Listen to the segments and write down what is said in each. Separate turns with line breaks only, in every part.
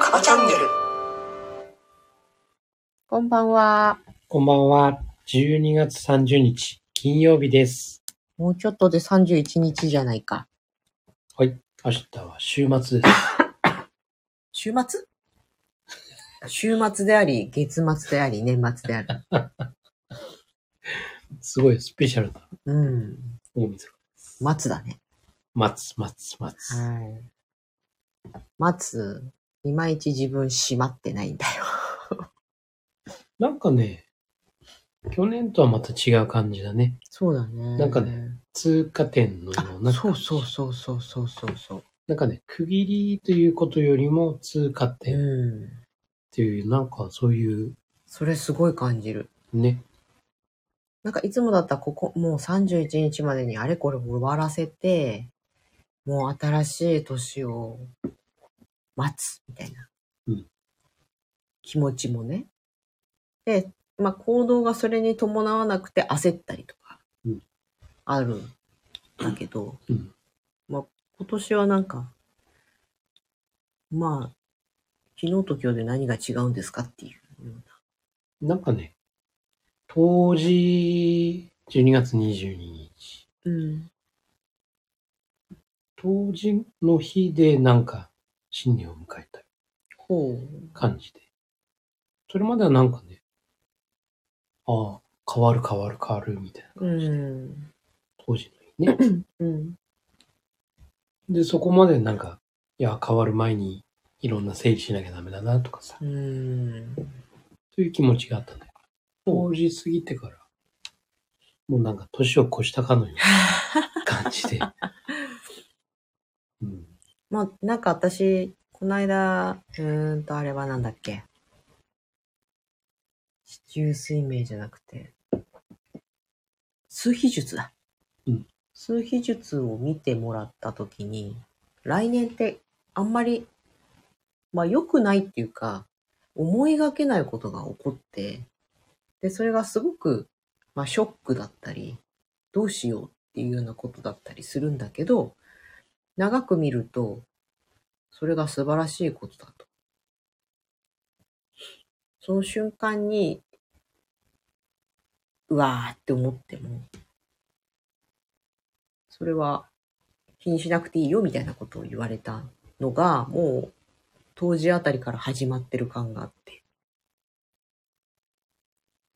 カバチャンネル
こんばんは。
こんばんは。12月30日、金曜日です。
もうちょっとで31日じゃないか。
はい。明日は週末です。
週末週末であり、月末であり、年末である。
すごいスペシャルな
うん。
大晦日。
末だね。
待つ、待つ、待つ。
はい。末、いまいち自分閉まってないんだよ。
なんかね、去年とはまた違う感じだね。
そうだね。
なんかね。通過点のような。
そうそうそうそうそうそうそう。
なんかね、区切りということよりも通過点っ
うん。
ていう、なんかそういう
それすごい感じる。
ね、
なんかいつもだったらここ、もう31日までにあれこれ終わらせて、もう新しい年を待つみたいな、
うん
気持ちもね。で、まあ行動がそれに伴わなくて焦ったりとか
うん、
あるんだけど、
うん
まあ今年はなんか、まあ、昨日と今日で何が違うんですかっていうような。
なんかね、当時、12月22日、
うん。
当時の日でなんか新年を迎えた
ほう。
感じで。それまではなんかね、ああ、変わる変わる変わるみたいな
う
感じで、
ん。
当時 の日ね。
うん。
で、そこまでなんか、いや、変わる前にいろんな整理しなきゃダメだなとかさ、
うん。
そういう気持ちがあったんだよ。当時過ぎてから、もうなんか年を越したかの ような感じで。うん、
まあ、なんか私、この間、うーんと、あれはなんだっけ。地球水明じゃなくて、数秘術だ。
うん
数秘術を見てもらったときに、来年ってあんまり、まあ良くないっていうか、思いがけないことが起こって、で、それがすごく、まあショックだったり、どうしようっていうようなことだったりするんだけど、長く見ると、それが素晴らしいことだと。その瞬間に、うわーって思っても、それは気にしなくていいよみたいなことを言われたのが、もう当時あたりから始まってる感があって。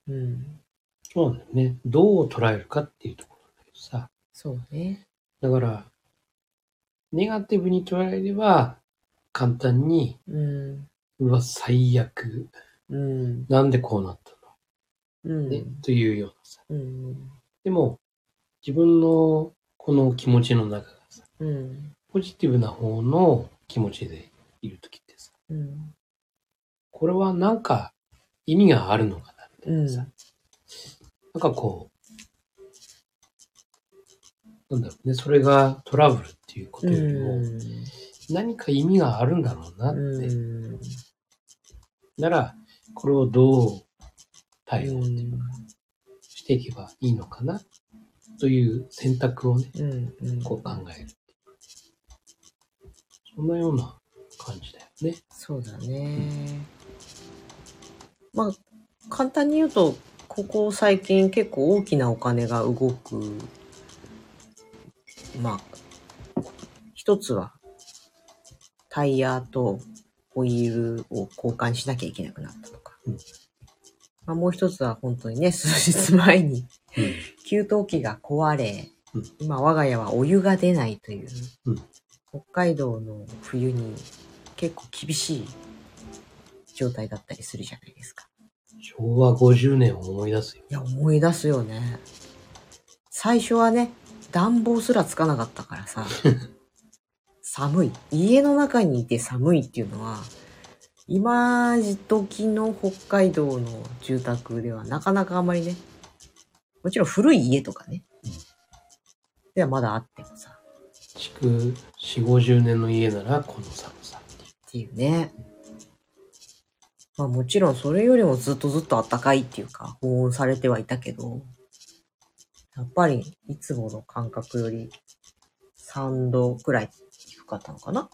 うん、
そうなんだよね。どう捉えるかっていうところだけどさ。
そうね。
だから、ネガティブに捉えれば、簡単に、
うん、
うわ、最悪。
うん、
なんでこうなった
う
の、ね
ん、
というようなさ。
うん、
でも、自分のこの気持ちの中がさ、
うん、
ポジティブな方の気持ちでいるときってさ、
うん。
これはなんか意味があるのかなみたいなさ。なんかこう、なんだろうね、それがトラブルっていうことよりも、何か意味があるんだろうなって、
うん
なら、これをどう対応していけばいいのかなという選択をね、
うんうん
こう考える。そんなような感じだよね。
そうだね。まあ簡単に言うとここ最近結構大きなお金が動くまあ一つはタイヤとホイールを交換しなきゃいけなくなったとか、
うん
まあ、もう一つは本当にね数日前に
うん
給湯器が壊れ、
うん
今我が家はお湯が出ないという、
うん
北海道の冬に結構厳しい状態だったりするじゃないですか。
昭和50年を思い出すよ。
いや、思い出すよね。最初はね、暖房すらつかなかったからさ、寒い。家の中にいて寒いっていうのは、今時の北海道の住宅ではなかなかあまりね、もちろん古い家とかね、ではまだあってもさ、
築4、50年の家ならこの寒さっていう
っていうね。まあもちろんそれよりもずっとずっと暖かいっていうか、保温されてはいたけど、やっぱりいつもの感覚より3度くらい低かったのかな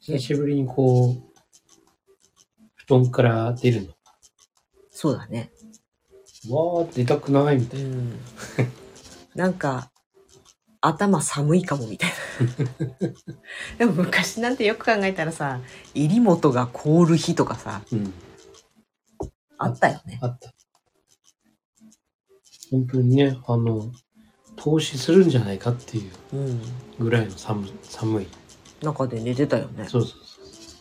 久しぶりにこう、布団から出る
そうだね。
の。わー、出たくないみた
う
いな。
ん。なんか、頭寒いかもみたい な。でも昔なんてよく考えたらさ、入元が凍る日とかさ、
うん。
あったよね。
あった。本当にね、あの、投資するんじゃないかっていう
うん。
ぐらいの寒寒い。
中で寝てたよね。
そうそうそう。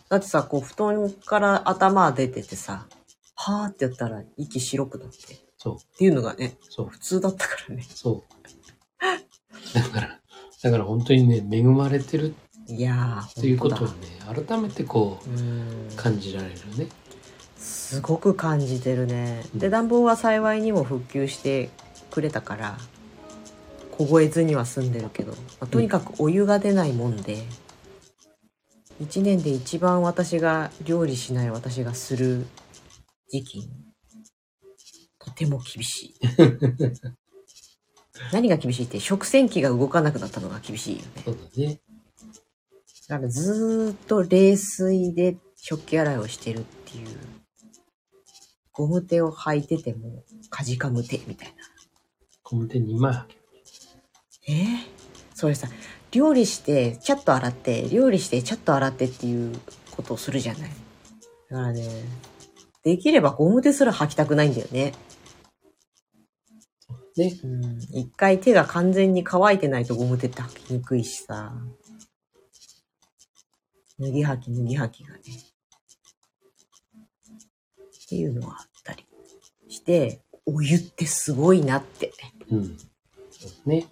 だってさ、こう、布団から頭出ててさ、はーってやったら息白くなって。っ
そう、
ていうのがね、
そう、
普通だったからね。
そう。だから、だから本当にね、恵まれてる
いやー、
というこ
本当
とを
だ
ね、改めてこ
うーん
う、感じられるね。
すごく感じてるね。
う
で、
ん
暖房は幸いにも復旧してくれたから、凍えずには済んでるけど、まあとにかくお湯が出ないもんで、一年で一番私が料理しない私がする時期に、とても厳 しい。何が厳しいって、食洗機が動かなくなったのが厳しいよね。
そうだね。
だからずーっと冷水で食器洗いをしてるっていう。ゴム手を履いてても、かじかむ手みたいな。
この手2枚履ける。
えー、それさ、料理して、ちゃっと洗って、料理して、ちゃっと洗ってっていうことをするじゃない。だからね、できればゴム手すら履きたくないんだよね。
ね。
うん。一回手が完全に乾いてないとゴム手って履きにくいしさ。脱ぎ履き、脱ぎ履きがね。っていうのはあったりして、お湯ってすごいなって。
うん。そうね。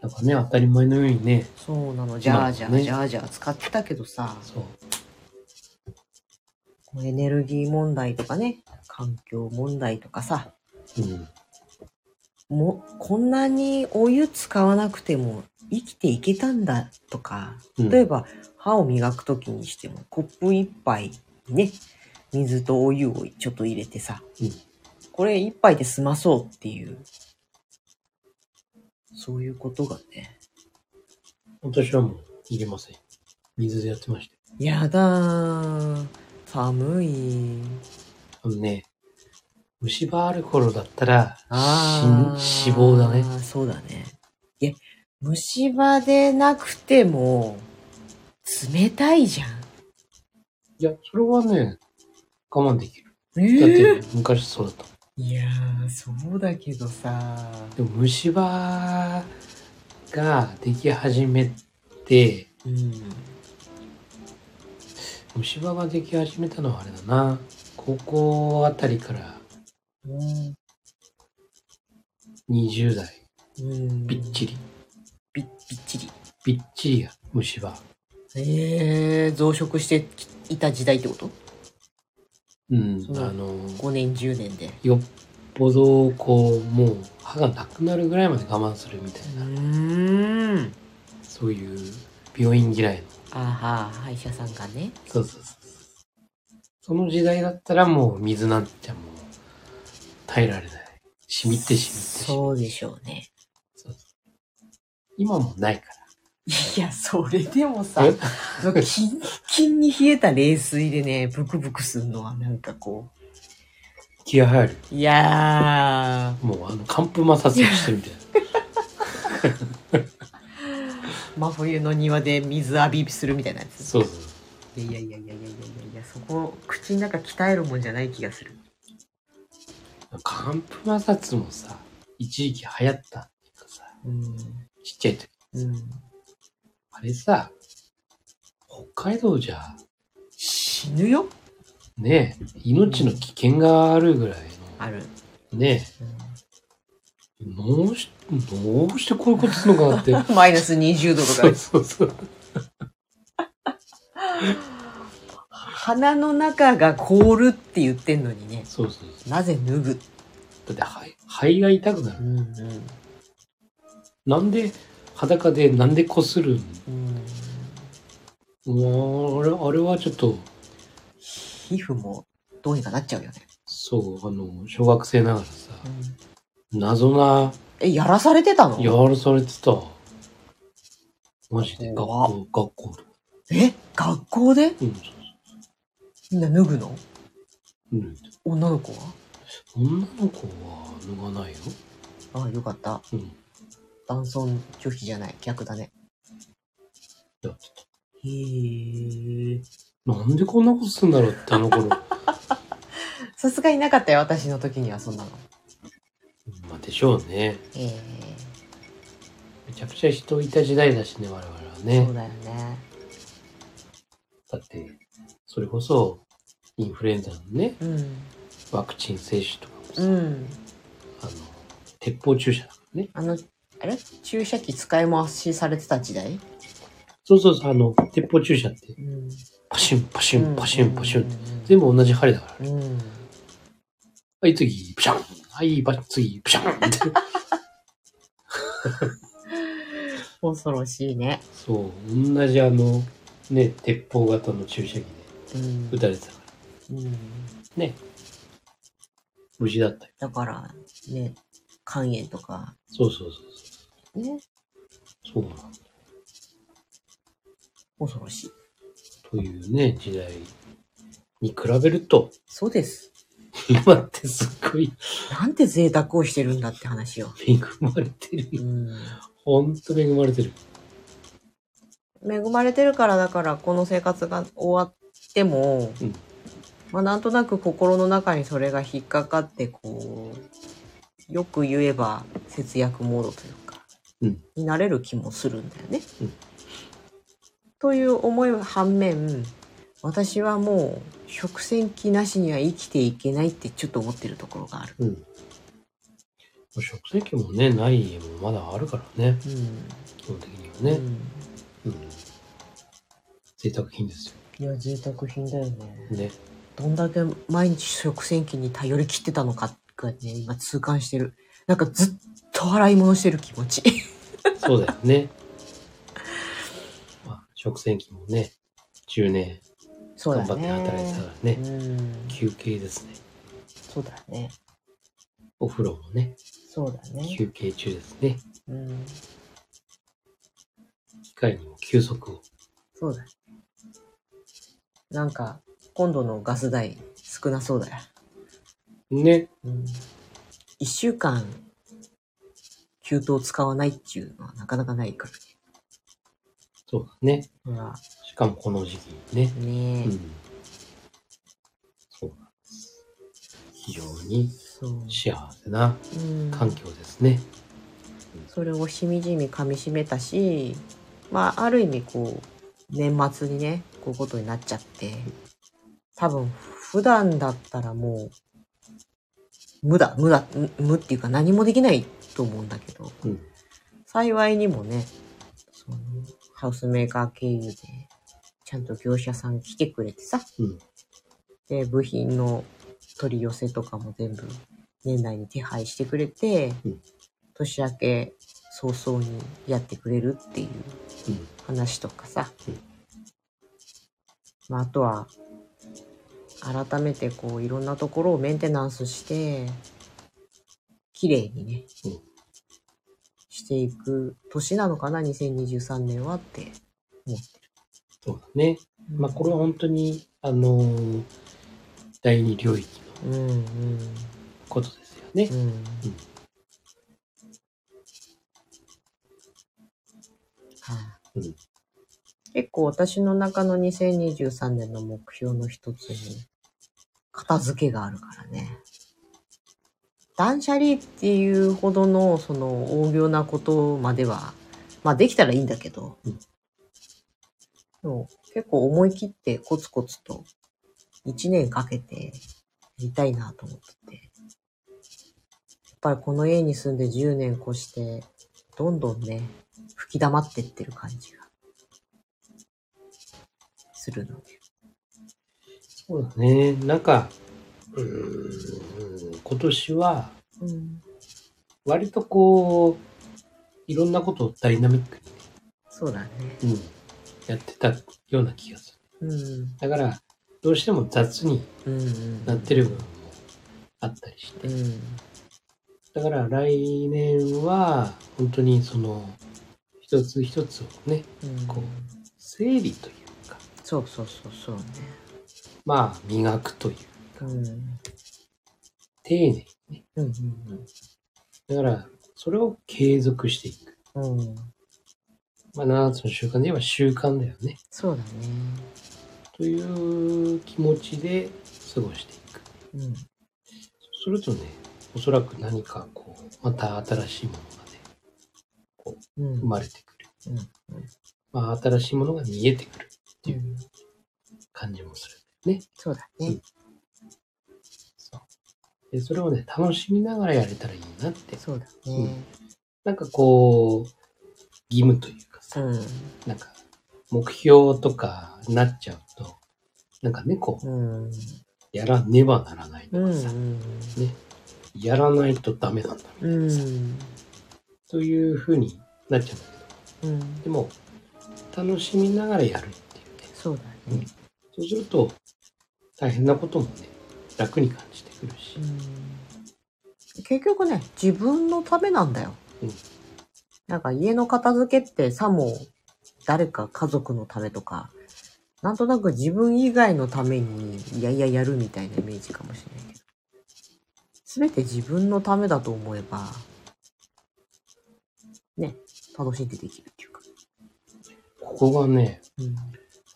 なんかね、当たり前のようにね、
そうなの、じゃあじゃあ、
ね
じゃあじゃあ使ってたけどさ、
そう、
こうエネルギー問題とかね、環境問題とかさ、
うん、
もう、こんなにお湯使わなくても生きていけたんだとか、
うん
例えば歯を磨くときにしても、コップ一杯にね、水とお湯をちょっと入れてさ、
うん
これ一杯で済まそうっていう、そういうことがね。
私はもう入れません。水でやってましたよ。
やだー。寒い。
あのね、虫歯ある頃だったら、
あー
死死亡だね。。
そうだね。いや、虫歯でなくても、冷たいじゃん。
いや、それはね、我慢できる。
え
だっ
ー
て、昔そうだったもん。
いやー、そうだけどさ。
でも虫歯ができ始めて、
うん。
虫歯ができ始めたのはあれだな。高校あたりから
うん。
20代、
うん
びっちり、
びっびっちり。
びっちりが虫歯。
えー、増殖していた時代ってこと
うん
そ、う
あの、
?5 年、10年で。
よっぽどこう、もう歯がなくなるぐらいまで我慢するみたいな、
ん。
そういう病院嫌いの。
あーはー、歯医者さんがね。
そうそうそう。その時代だったらもう水なんてもう耐えられない。染みって染みって染み
そうでしょうね。
今もないか
いや、それでもさ
ら。え、
キンキンに冷えた冷水でね、ブクブクするのはなんかこ
気合入る。
う。いや
もうあの、寒風摩擦をしてるみたいな。
ー、真冬の庭で水浴びするみたいなやつ。
そうそう。
いやいやいやいやいやいやいやそこ口の中鍛えるもんじゃない気がする
寒風摩擦もさ、一時期流行ったっていうかさ、
うん
ちっちゃい時。
うん
あれさ、北海道じゃ、
死ぬよ
ねえ、命の危険があるぐらい
ある、
の、ねえ、どうし、どうしてこういうことするのかなって。
マイナス20度と
そう
か
そうそう。
鼻の中が凍るって言ってんのにね
そうそうそう。
なぜ脱ぐ
だって肺肺が痛くなる。
んうん
なんで裸でなんで擦るん
うん
もう、あれ、あれはちょっと、
皮膚もどうにかなっちゃうよね。
そう、あの、小学生ながらさ、謎な、
え、やらされてたの
やらされてた。マジで、学
怖っ
校、学校で。
え学校で
うん、そ
みんな脱ぐの
ううん。
女の子は
女の子は脱がないよ。
ああ、よかった。
うん。
男尊拒否じゃない。逆だね。
やってた。
へえ。
なんでこんなことするんだろうって、あ の頃。
さすがになかったよ、私の時にはそんなの。
まあ、でしょうね。
え
めちゃくちゃ人いた時代だしね、我々は
え
ね
そう。だよね。
だって、それこそ、インフルエンザのね、
うん。
ワクチン接種とかもさ、
うん。
あの、鉄砲注射だからね。
あの、あれ注射器使い回しされてた時代
そうそうそう、あの、鉄砲注射って、
うん。
パシュン、パシュン、パシュン、パシュンって、
で
全部同じ針だから。
も、うん。
はい、次、プシャンはい、ば次、プシャ ンって。
恐ろしいね。
そう、同じあの、ね、鉄砲型の注射器で
うん
撃たれてたから、
うん。
無事だったよ。
だから、ね、肝炎とか、
そうそうそう
ね、
そう。そうなんだ
恐ろしい。
というね、時代に比べると、
そうです。
今ってすっごい
なんて贅沢をしてるんだって話よ。
恵まれてる
う
よ。
ん。
ほんと恵まれてる。
恵まれてるからだからこの生活が終わっても、
うん
まあなんとなく心の中にそれが引っかかってこうよく言えば節約モードというか、
うん
になれる気もするんだよね。
うん
という思いは反面私はもう食洗機なしには生きていけないってちょっと思ってるところがある。
うん。食洗機もね、ない家もまだあるからね、
う
基本的には
ん
ね。
うん
うん。贅沢品です
いや贅沢品だよね
よ。ね。
どんだけ毎日食洗機に頼り切ってたのかがね、今痛感してる。なんかずっと洗い物してる気持ち。
そうだよね。まあ、食洗機もね、10年
そう
頑
だ
張って
ね。
働いてたからね、
うん。
休憩ですね。
そうだね。
お風呂もね、
そうだね。
休憩中ですね。
うん。
機械にも休息を。
そうだね。なんか、今度のガス代少なそうだよ。
ね。
うん。一週間、給湯使わないっていうのはなかなかないからね。
そうだね。
ほら、
しかもこの時期にね。
ねえ、
うん。そうなんです。非常に
そう。
幸せな
うん
環境ですね。
それをしみじみ噛みしめたし、まあ、ある意味こう、年末にね、こういうことになっちゃって、多分、普段だったらもう、無だ、無だ、無無っていうか何もできないと思うんだけど、
うん。
幸いにもね、その、ハウスメーカー経由で、ちゃんと業者さん来てくれてさ、
うん。
で、部品の取り寄せとかも全部年内に手配してくれて、
うん
年明け早々にやってくれるっていう
うん。
話とかさ、
うん
まあ、あとは改めてこういろんなところをメンテナンスして綺麗にね、
うん
していく年なのかな2023年はって思って
そうだね。
る。
まあ、これは本当に、あのー第二領域
う
の
んうん
ことですよね
う。んはい
うん。
結構私の中の2023年の目標の一つに、片付けがあるからね。断捨離っていうほどの、その、大行なことまでは、まあできたらいいんだけど、
うん
でも結構思い切ってコツコツと、1年かけて、やりたいなと思ってて。やっぱりこの家に住んで10年越して、どんどんね、吹き溜まってってる感じがするので。
そうだね。なんか、うーん、今年は、
うん。
割とこう、いろんなことをダイナミック
そうだね。
に、うん、やってたような気がす
うん。
る。だから、どうしても雑に
うんうん。
なってる部分もあったりして
う。ん。
だから来年は、本当にその、一つ一つをね、
うん。
こう整理というか、
そうそうそうそうね。
まあ、磨くとい
う
う、
ん。うん
丁寧にね。
うん
だから、それを継続していく。
うん。うん。
まあ、7つの習慣で言えば習慣だよね。
そうだね。
という気持ちで過ごしていく。
うん。
するとね、おそらく何かこう、また新しいものがね、
うん。
生まれてくる。
うん。
まあ、新しいものが見えてくるっていう
うん。
感じもするんだよね。
そうだね。
そう。で、それをね、楽しみながらやれたらいいなって。
そうだね。
なんかこう、義務というか
う
さ、
ん。
なんか、目標とかになっちゃうと、なんかね、こう、
うん。
やらねばならないと
うん。う
かさ、
ん。
やらないとダメなんだみたいなさ、
うん。
というふうになっちゃうんだけど、
うん。
でも、楽しみながらやるっていうね。
そうだね。
そうすると、大変なこともね、楽に感じてくるし
う。ん。結局ね、自分のためなんだよ。
うん
なんか家の片付けってさも誰か家族のためとか、なんとなく自分以外のためにいやいややるみたいなイメージかもしれないけど。すべて自分のためだと思えば、ね、楽しんでできるっていうか。
ここがね、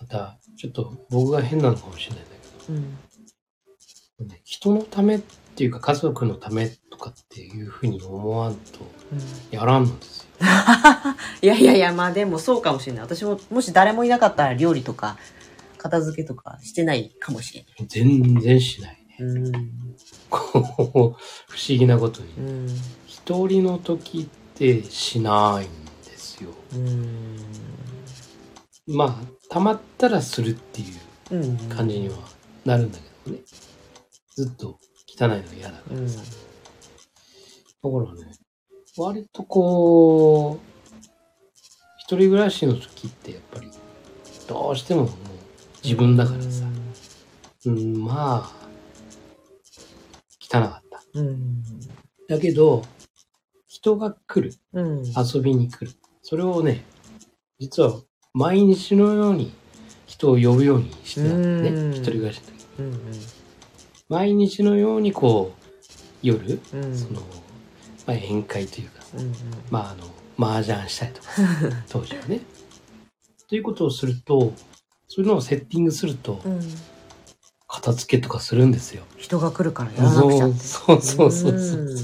また、ちょっと僕が変なのかもしれないんだ
うん。うん。
けど、ね、人のためっていうか家族のためとかっていうふうに思わんと、
うん、
やらんのですよ。
いやいやいや、まあでもそうかもしれない。私も、もし誰もいなかったら料理とか、片付けとかしてないかもしれない。
全然しないね。
うん。
こう、不思議なことに。
うん。
一人の時ってしないんですよ。
うん。
まあ、溜まったらするっていう
うん。
感じにはなるんだけどね。ずっと汚いの嫌だから。
うん。
だからね、割とこう、一人暮らしの時ってやっぱり、どうしてももう自分だからさ、うん、まあ、汚かった。
うん。
だけど、人が来る、
うん。
遊びに来る。それをね、実は毎日のように人を呼ぶようにしてたんだ
うん
ね、一人暮らしの時。
うん。
毎日のようにこう、夜、
うん。うん。
その、まあ、宴会というかさ、
うん。
まあ、あの、麻雀した りとかさ、当時はね。ということをすると、そういうのをセッティングすると
う、ん。
片付けとかするんですよ。
人が来るからやらなくちゃって。
そうそうそうそう。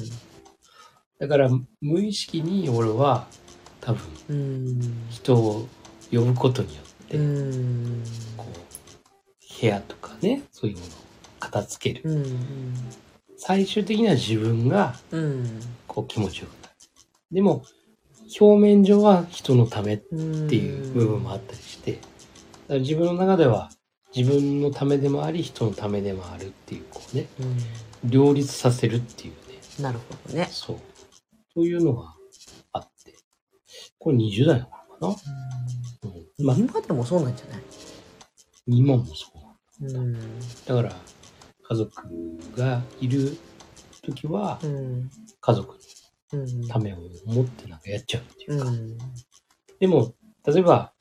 だから、無意識に俺は、多分、
うん。
人を呼ぶことによって、
うん。
こう、部屋とかね、そういうものを片付ける。
うん。
最終的には自分が、
うん。
こう、気持ちよくなる。でも、表面上は人のため
うん。
っていう部分もあったりして、だから自分の中では自分のためでもあり人のためでもあるっていうこうね
うん。
両立させるっていうね
なるほどね。
そうそういうのがあってこれ20代の頃かな、うん、まあ
今でもそうなんじゃない
今もそ
う
う
ん。
だから家族がいる時は
うん。
家族
うん
の。ためを思ってなんかやっちゃうっていう
う
か、
ん。
でも例えば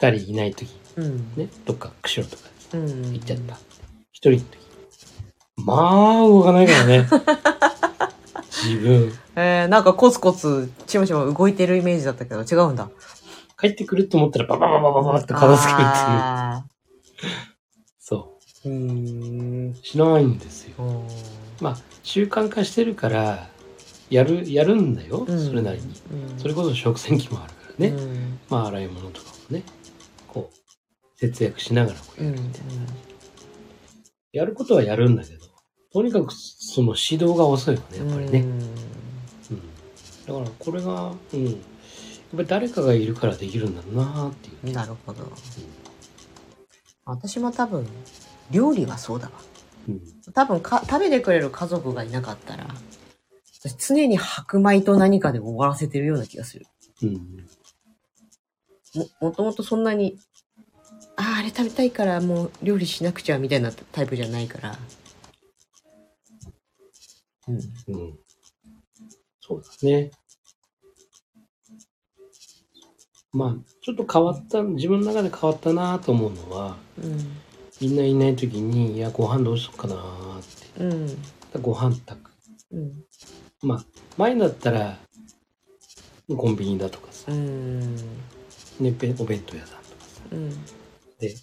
2人いない時
うん。
ねどっか釧路とか
うん。
行っちゃった。一人の時。まあ、動かないからね。自分。
えー、なんかコツコツ、ちまちま動いてるイメージだったけど、違うんだ。
帰ってくると思ったら、バババババババって片付けるっていう。
あ
そ
ーうーん。
う。しないんですよ。
おー
まあ、習慣化してるから、やる、やるんだよ。
うん
それなりに。
うん
それこそ食洗機もあるからね。
うん
まあ、洗い物とかもね。こう、節約しながらこう
うん
やるみたいな。やることはやるんだけど、とにかくその指導が遅いよね、やっぱりね。うんだからこれが、うん、やっぱり誰かがいるからできるんだろうなっていう
うん
ね。
なるほど。私も多分、料理はそうだわ。
うん、
多分か、食べてくれる家族がいなかったら、私常に白米と何かで終わらせてるような気がする。
うん、
も、もともとそんなに、ああ、あれ食べたいからもう料理しなくちゃみたいなタイプじゃないから。うん。
うん。そうだね。まあ、ちょっと変わった、自分の中で変わったなと思うのは、
うん。
みんないない時に、いや、ご飯どうしようかなーって。
うん。
ご飯炊く。
うん。
まあ、前だったら、コンビニだとかさ、
うん。
ね、べお弁当屋さんとかさ。
うん。
で、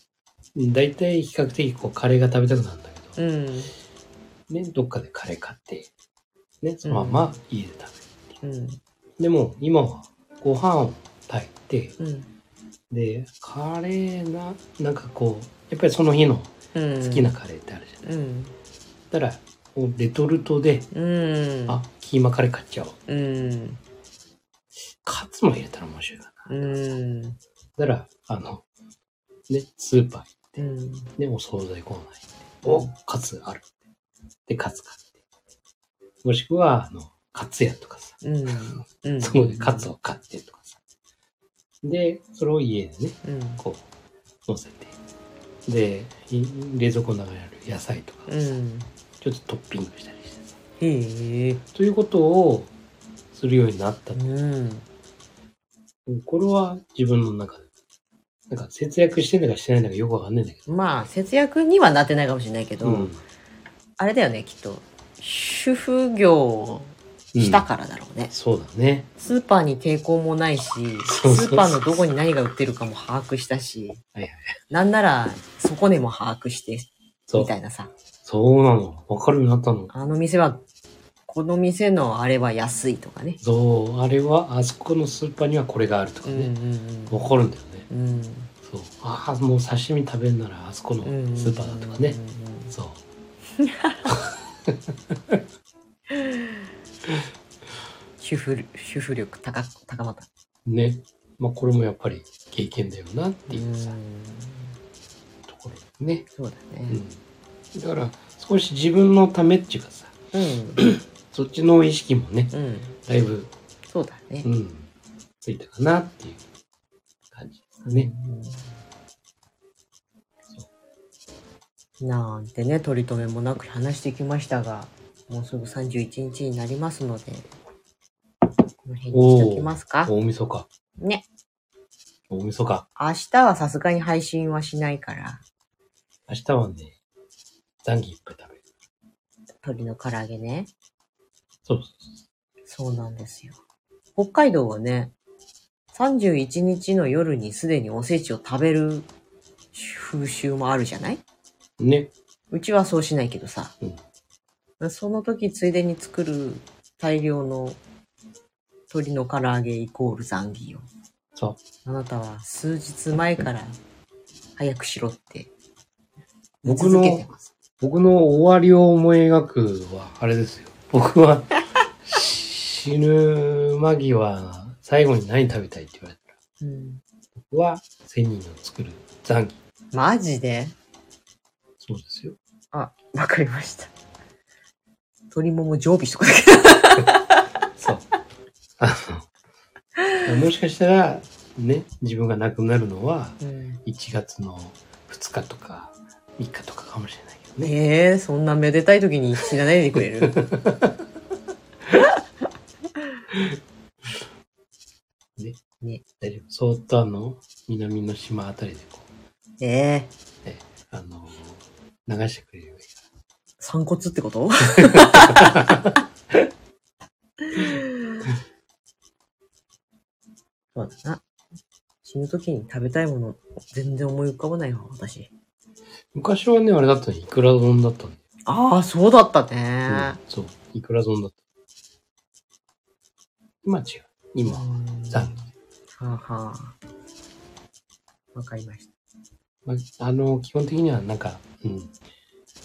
大体比較的こう、カレーが食べたくなるんだけど、
うん。
ね、どっかでカレー買って、ね、そのまま家で食べる。
うん。
でも、今は、ご飯を炊いて、
うん。
でカレーななんかこうやっぱりその日の
うん。
好きな。カレーってあるじゃない、
うん。
だからこうレトルトで、
うん。
あキーマカレー買っちゃおう
うん。
カツも入れたら面白いか
うん。
なだからあのねスーパー行って、
うん。
ねお惣菜コーナー行っておカツあるでカツ買ってもしくはあのカツ屋とかさ
うん。うん。
そこでカツを買ってとかさでそれを家でね
うん。
こう乗せてでい冷蔵庫の中にある野菜とか
うん。
ちょっとトッピングしたりしてさ
へえ。
ということをするようになった
うん。
これは自分の中でなんか節約してんだかしてないんだかよくわかんないんだけ
まあ、節約にはなってないかもしれないけど、
ど、うん
あれだよね、きっと。主婦業をしたからだろうね。
そうだね
スーパーに抵抗もないし、
そうそうそう
スーパーのどこに何が売ってるかも把握したし、
はいはい
なんなら、そこでも把握して、
そ
み
う
たいなさ。
そうなのわかるようになったの
あの店は、この店のあれは安いとかね。
そうあれはあそこのスーパーにはこれがあるとか
うん
ね
うん
わ、かるんだよね
うん。うん。
そうああもう刺身食べるならあそこの
うん
スーパーだとかね、
うんうんうん
そう
主婦、主婦力高く、高まった。
ね。まあ、これもやっぱり経験だよなっていうさ、
うん
ところね。
そうだ
う
ね。
ん。だから、少し自分のためっていうかさ、
うん。
そっちの意識もね、
うん。
だいぶ、
そうだね
う。ん、ついたかなっていう感じですかね。
なんてね、取り留めもなく話してきましたが、もうすぐ31日になりますので、この辺にしときますか。
大晦日。
ね、
大晦日。
明日はさすがに配信はしないから、
明日はね、残儀いっぱい食べる。
鶏の唐揚げね。
そうそうそ。
そうなんですよ。北海道はね、31日の夜にすでにおせちを食べる風習もあるじゃないう
ね。
うちはそうしないけどさ。その時ついでに作る大量の鶏の唐揚げイコール残儀を。
そう。
あなたは数日前から早くしろって。
僕
続けて
の、
ます。
僕の終わりを思い描くは、あれですよ。僕 は、死ぬ間際、最後に何食べたいって言われたら、
うん。
僕は仙人の作る残儀。
マジで
そうですよ。
わかりました。鶏もも常備しとかなきゃ
そう。あのもしかしたら、ね、自分が亡くなるのは、1月の2日とか3日とかかもしれないけどね。
ねえ、そんなめでたい時に死なないでくれる
大丈夫。そーっとあの、南の島あたりでこ
ええ
う、あの、流してくれるばいいか
散骨ってことそうだな。死ぬ時に食べたいもの、全然思い浮かばないわ、私。
ら昔はね、あれだったの、いくら丼だったの。
ああ、そうだったね
うん。そう、いくら丼だった。今は違う。今は残儀。
はあはあ。わかりました。
まあ、あの、基本的にはなんか、うん、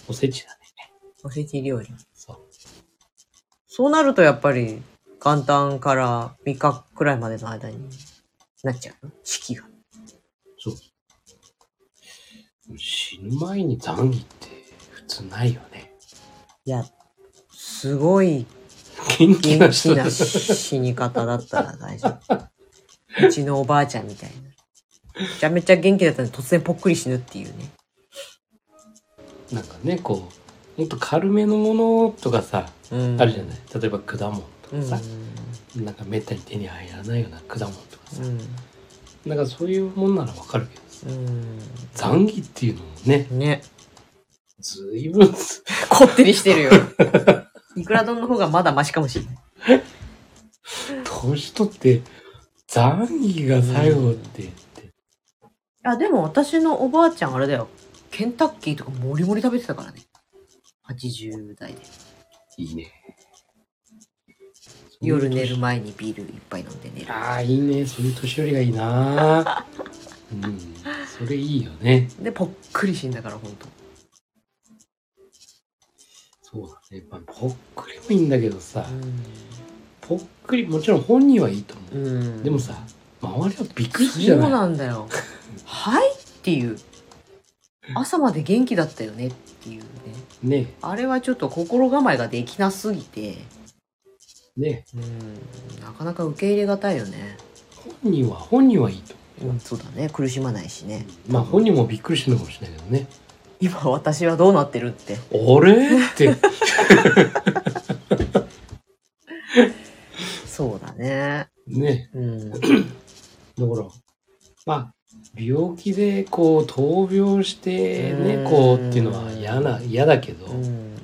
おせちだね。
おせち料理。
そう。
そうなるとやっぱり、元旦から3日くらいまでの間になっちゃうの四季が。
そう。死ぬ前に残儀って普通ないよね。
いや、すごい
元気な
元気
人
な
だし。
死に方だったら大丈夫。うちのおばあちゃんみたいな。ちゃめちゃ元気だったのに突然ぽっくり死ぬっていうね。
なんかねこうもっと軽めのものとかさ、
うん。
あるじゃない例えば果物と
うん
かさ、なんかめったに手に入らないような果物とかさ、
うん。
なんかそういうもんならわかるけどさ
う
ザンギっていうのもね
ん。ね。
ずいぶん
こってりしてる よ。いくら丼の方がまだマシかもしれない。
年取ってザンギが最後って言って、
あ、でも私のおばあちゃんあれだよ。ケンタッキーとかもりもり食べてたからね。80代で。
いいね
夜寝る前にビールいっぱい飲んで寝る。
ああいいねそういう年寄りがいいなうんそれいいよね
で、ぽっくり死んだから、ほんと。
そうだね、まあ、ぽっくりもいいんだけどさ、
う
ぽっくりもちろん本人はいいと思う、
ん。
でもさ周りはびっくりするじ
そ
ゃ
う
ない
なんだ よ。はいっていう。朝まで元気だったよねっていうね。
ね
あれはちょっと心構えができなすぎて、
えね
うん、なかなか受け入れがたいよね。
え本人は本人はいいと思う、
そうだね。苦しまないしね。
まあ本人もびっくりしてるのかもしれないけどね
今私はどうなってるって。
あれって
そうだね。
ね
うん。
だからまあ病気でこう闘病して
う
ね
ん
こうっていうのは嫌な嫌だけど、
うん。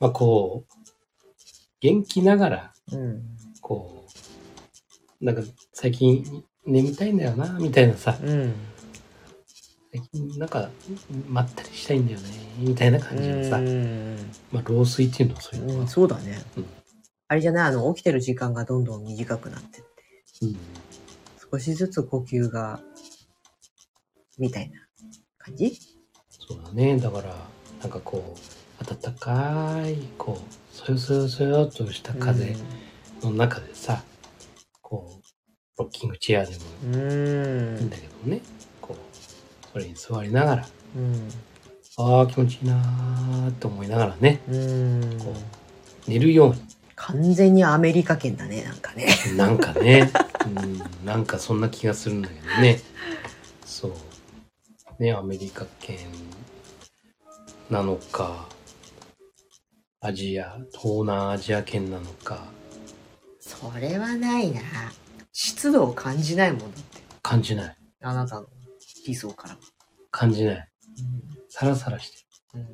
まあこう元気ながら
うん。
こうなんか最近眠たいんだよなみたいなさ
うん。
最近なんかまったりしたいんだよねみたいな感じのさ、
うん
まあ老衰っていうのはそういうの
うん。
は、
そうだね
うん。
あれじゃないあの、起きてる時間がどんどん短くなってって。
うん
少しずつ呼吸が、みたいな感じ
そうだねだからなんかこう暖かいこうそよそよそよっとした風の中でさ、こうロッキングチェアでも
うん。う
いいん
ん
だけどね、こうそれに座りながら
うん。
ああ気持ちいいなーって思いながらね
うん。
こ寝るように
完全にアメリカ圏だね、なんかね。
なんかね、うん、なんかそんな気がするんだけどね。そう。ね、アメリカ圏なのか、アジア、東南アジア圏なのか、
それはないな。湿度を感じないもんだって。
感じない。
あなたの理想からは。
感じない。サラサラして
うん。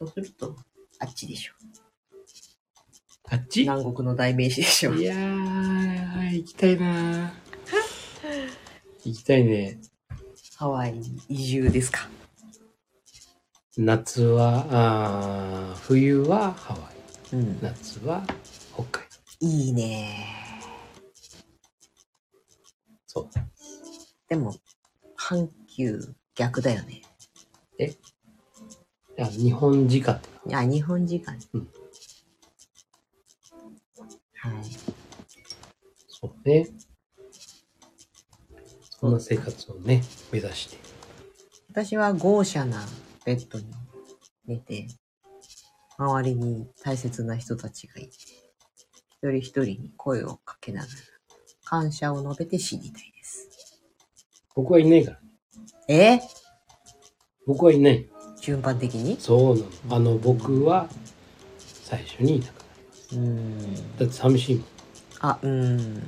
そうすると、あっちでしょ。
る。あっちいや
南国の代名詞でしょ。
ー、行きたいなー 行きたいね。
ハワイに移住ですか。
夏は、あー冬はハワイ。
うん。
夏は北海道。
いいね。
そう。
でも、阪急逆だよね。
いや日本時間って
いや、日本時間。
うん
はい。
そうね。そんな生活をね、目指して。
私は豪奢なベッドに寝て、周りに大切な人たちがいて、一人一人に声をかけながら、感謝を述べて死にたいです。
僕はいないから。
えー
僕はいないよ。
順番的に
そうなの。あの、僕は最初にいなくなります。
うーん。
だって寂しいもん。
あ、うーん。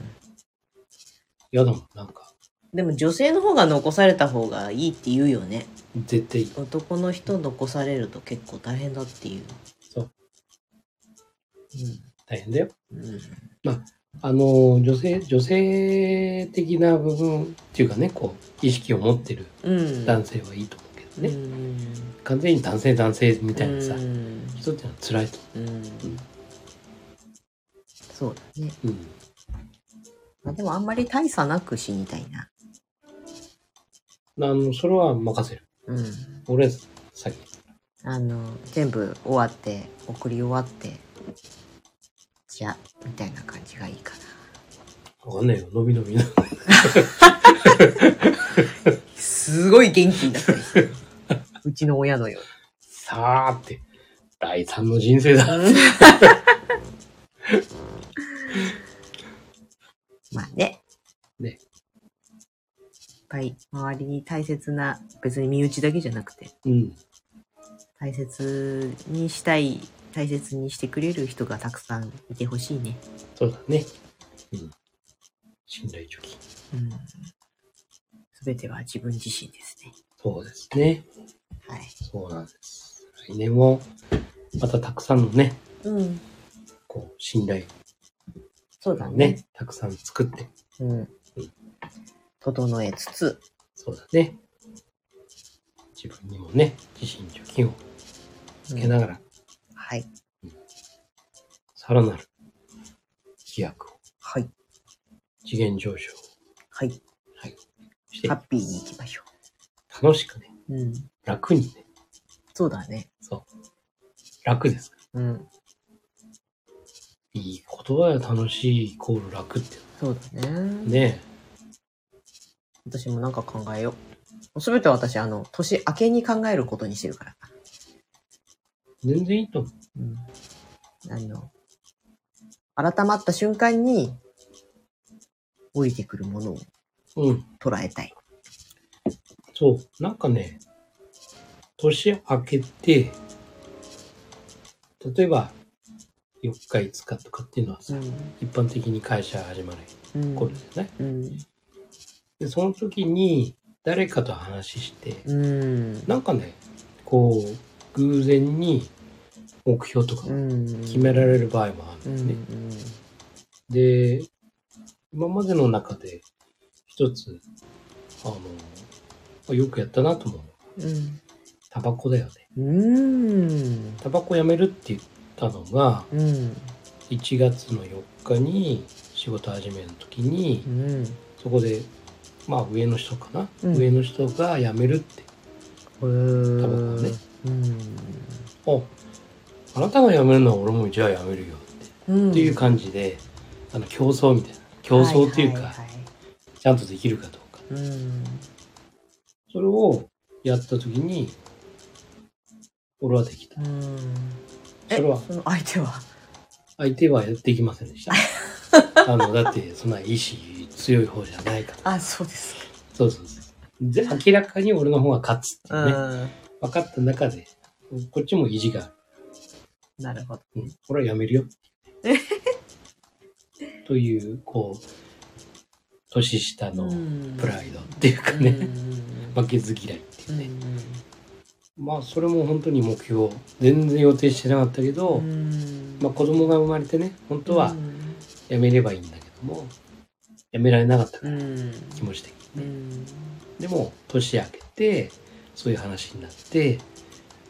嫌だもん。なんか、
でも女性の方が残された方がいいって言うよね。
絶対いい。
男の人残されると結構大変だっていう。
そう。大変だよ。
うん。うん。
あの、女性、女性的な部分っていうかね、こう、意識を持ってる
うん。
男性はいいと思うけどね。
うん
完全に男性男性みたいなさ、
うん
人ってのは辛いと
うんそうだね。
思う。うん。
まあ、でもあんまり大差なく死にたいな。
あの、それは任せる。
うん。
俺は先。
あの、全部終わって、送り終わって、じゃあ、みたいな感じがいいか
わかんないよ。伸び伸びな。
な。すごい元気になったりしてる うちの親のよ
さあって、第三の人生だ。
うに。まあね。
ね。
ぱい周りに大切な、別に身内だけじゃなくて、
うん。
大切にしたい、大切にしてくれる人がたくさんいてほしいね。
そうだね。うん。信頼貯金。
うん。すべては自分自身ですね。
そうですね。
はい。
そうなんです。来年も、またたくさんのね、
うん。
こう、信頼
そうだ
を
ね。
ね、たくさん作って、
うん。整えつつ、
そうだね。自分にもね、自信貯金をつけながら、
はい。
さらなる飛躍を、
はい。
次元上昇を
はい。
して、
ハッピーに行きましょ
楽しくね、
う。うん。
楽にね、
そうだね。
そう。楽です。
うん。
いい言葉や楽しいイコール楽って
そうだね。
ね。
私もなんか考えよう。すべては私、あの、年明けに考えることにしてるから。
全然いいと思う。
うん。あの、改まった瞬間に、降りてくるものを
うん。
捉えたい。
そう。なんかね、年明けて、例えば、4日5日とかっていうのはさ、
ん。
一般的に会社始まる
うん。
頃ですね。
うん。
で、その時に誰かと話して、
うん。
なんかね、こう、偶然に目標とかを
うん。
決められる場合もある
うんん
です
う
ね。
ん。
で、今までの中で一つ、あの、あよくやったなと思う。
うん。
タバコだよね。
うん。
タバコやめるって言ったのが、
うん。
1月の4日に仕事始めの時に
う、ん。
そこで、まあ上の人かな、
うん
上の人が辞めるって、
へー
タバコをね。
うん。
あ、あなたが辞めるのは俺もじゃあ辞めるよって。
うん。
っていう感じで、あの競争みたいな競争というか、
ははは
ちゃんとできるかどうか
いうん。
それをやった時に俺はできた
うん。え、
それは
その相手は。
相手はやっていきませんでしたあのだってそんな意志強い方じゃないから
あ、そうですか。
そうそうそうで明らかに俺の方が勝つっていうね、分かった中でこっちも意地がある
うん。なるほど。
うん、これはやめる よ。という、こう、年下の
うん
プライドっていうか
う
ね、
ん
負けず嫌いっていうね。
う
まあ、それも本当に目標、全然予定してなかったけど、
ん。
まあ、子供が生まれてね、本当は
うん
やめればいいんだけども、やめられなかったか
う
ら、
ん。
気持ち的
う
にね。
ん。
でも、年明けて、そういう話になって、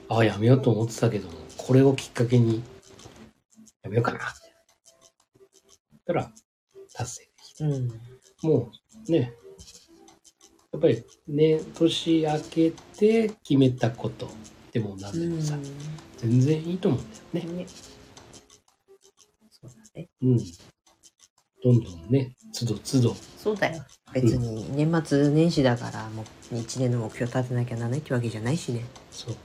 ああ、やめようと思ってたけども、これをきっかけに、やめようかな、みたいな。たら、達成。
うん。
もうね、やっぱりね、年明けて決めたことでもなんでもさ、全然いいと思うんだよね。
ねそうだね。
うん。どんどんね、つどつど。
そうだよ。別に年末年始だから、もう一年の目標立てなきゃならないってわけじゃないしね。
そう。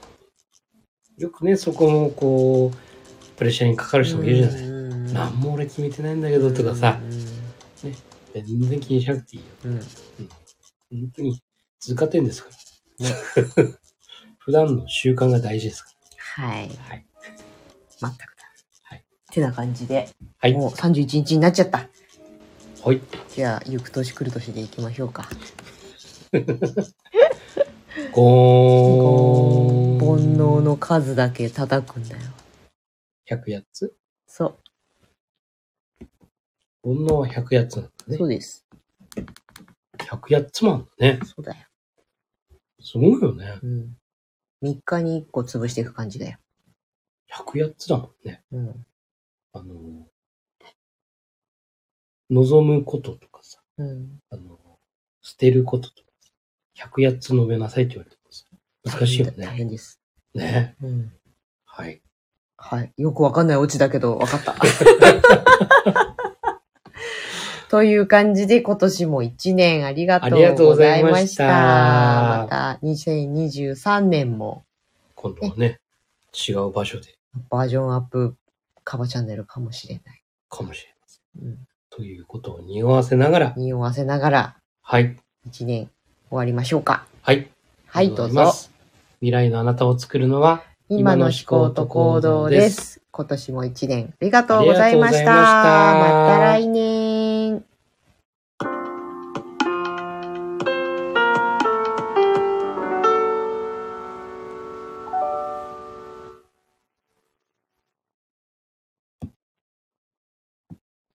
よくね、そこもこう、プレッシャーにかかる人もいるじゃない。
うん
なんも俺決めてないんだけどとかさ、
う
全然気にしなくていいよ。
んうん。
うん。本当に通過点ですから。 普段の習慣が大事ですか
はい。
ら。はい。
全くだ。
はい。
てな感じで、
はい。
もう31日になっちゃった。
はい。
じゃあ、ゆく年来る年でいきましょうか。
ゴーン。
煩悩の数だけ叩くんだよ。
108つ
そ
煩悩は108つなん
う。
だね
そ。うです。
108つもあるんだね。
そうだよ。
すごいよね。
うん。3日に1個潰していく感じだよ。
108つだもんね。
うん。
あの、望むこととかさ、
うん。
あの、捨てることとかさ、108つ述べなさいって言われてもさ、難しいよ
大
ね。
変です。
ね。
うん。
はい。
はい。よくわかんないオチだけど、わ かった。という感じで、今年も一年ありがとうございました。
ありがとうございました
また、2023年も
今度はね、違う場所で
バージョンアップカバチャンネルかもしれない。
かもしれません。
うん
ということを匂わせながら、
匂わせながら、
はい。
一年終わりましょうか。
はい。
はい、ど
あ
う
りがとございま
ぞ。
す。未来のあなたを作るのは、
今の思考と行動です。今年も一年ありがとうございました。
ありがとうございました
また来年。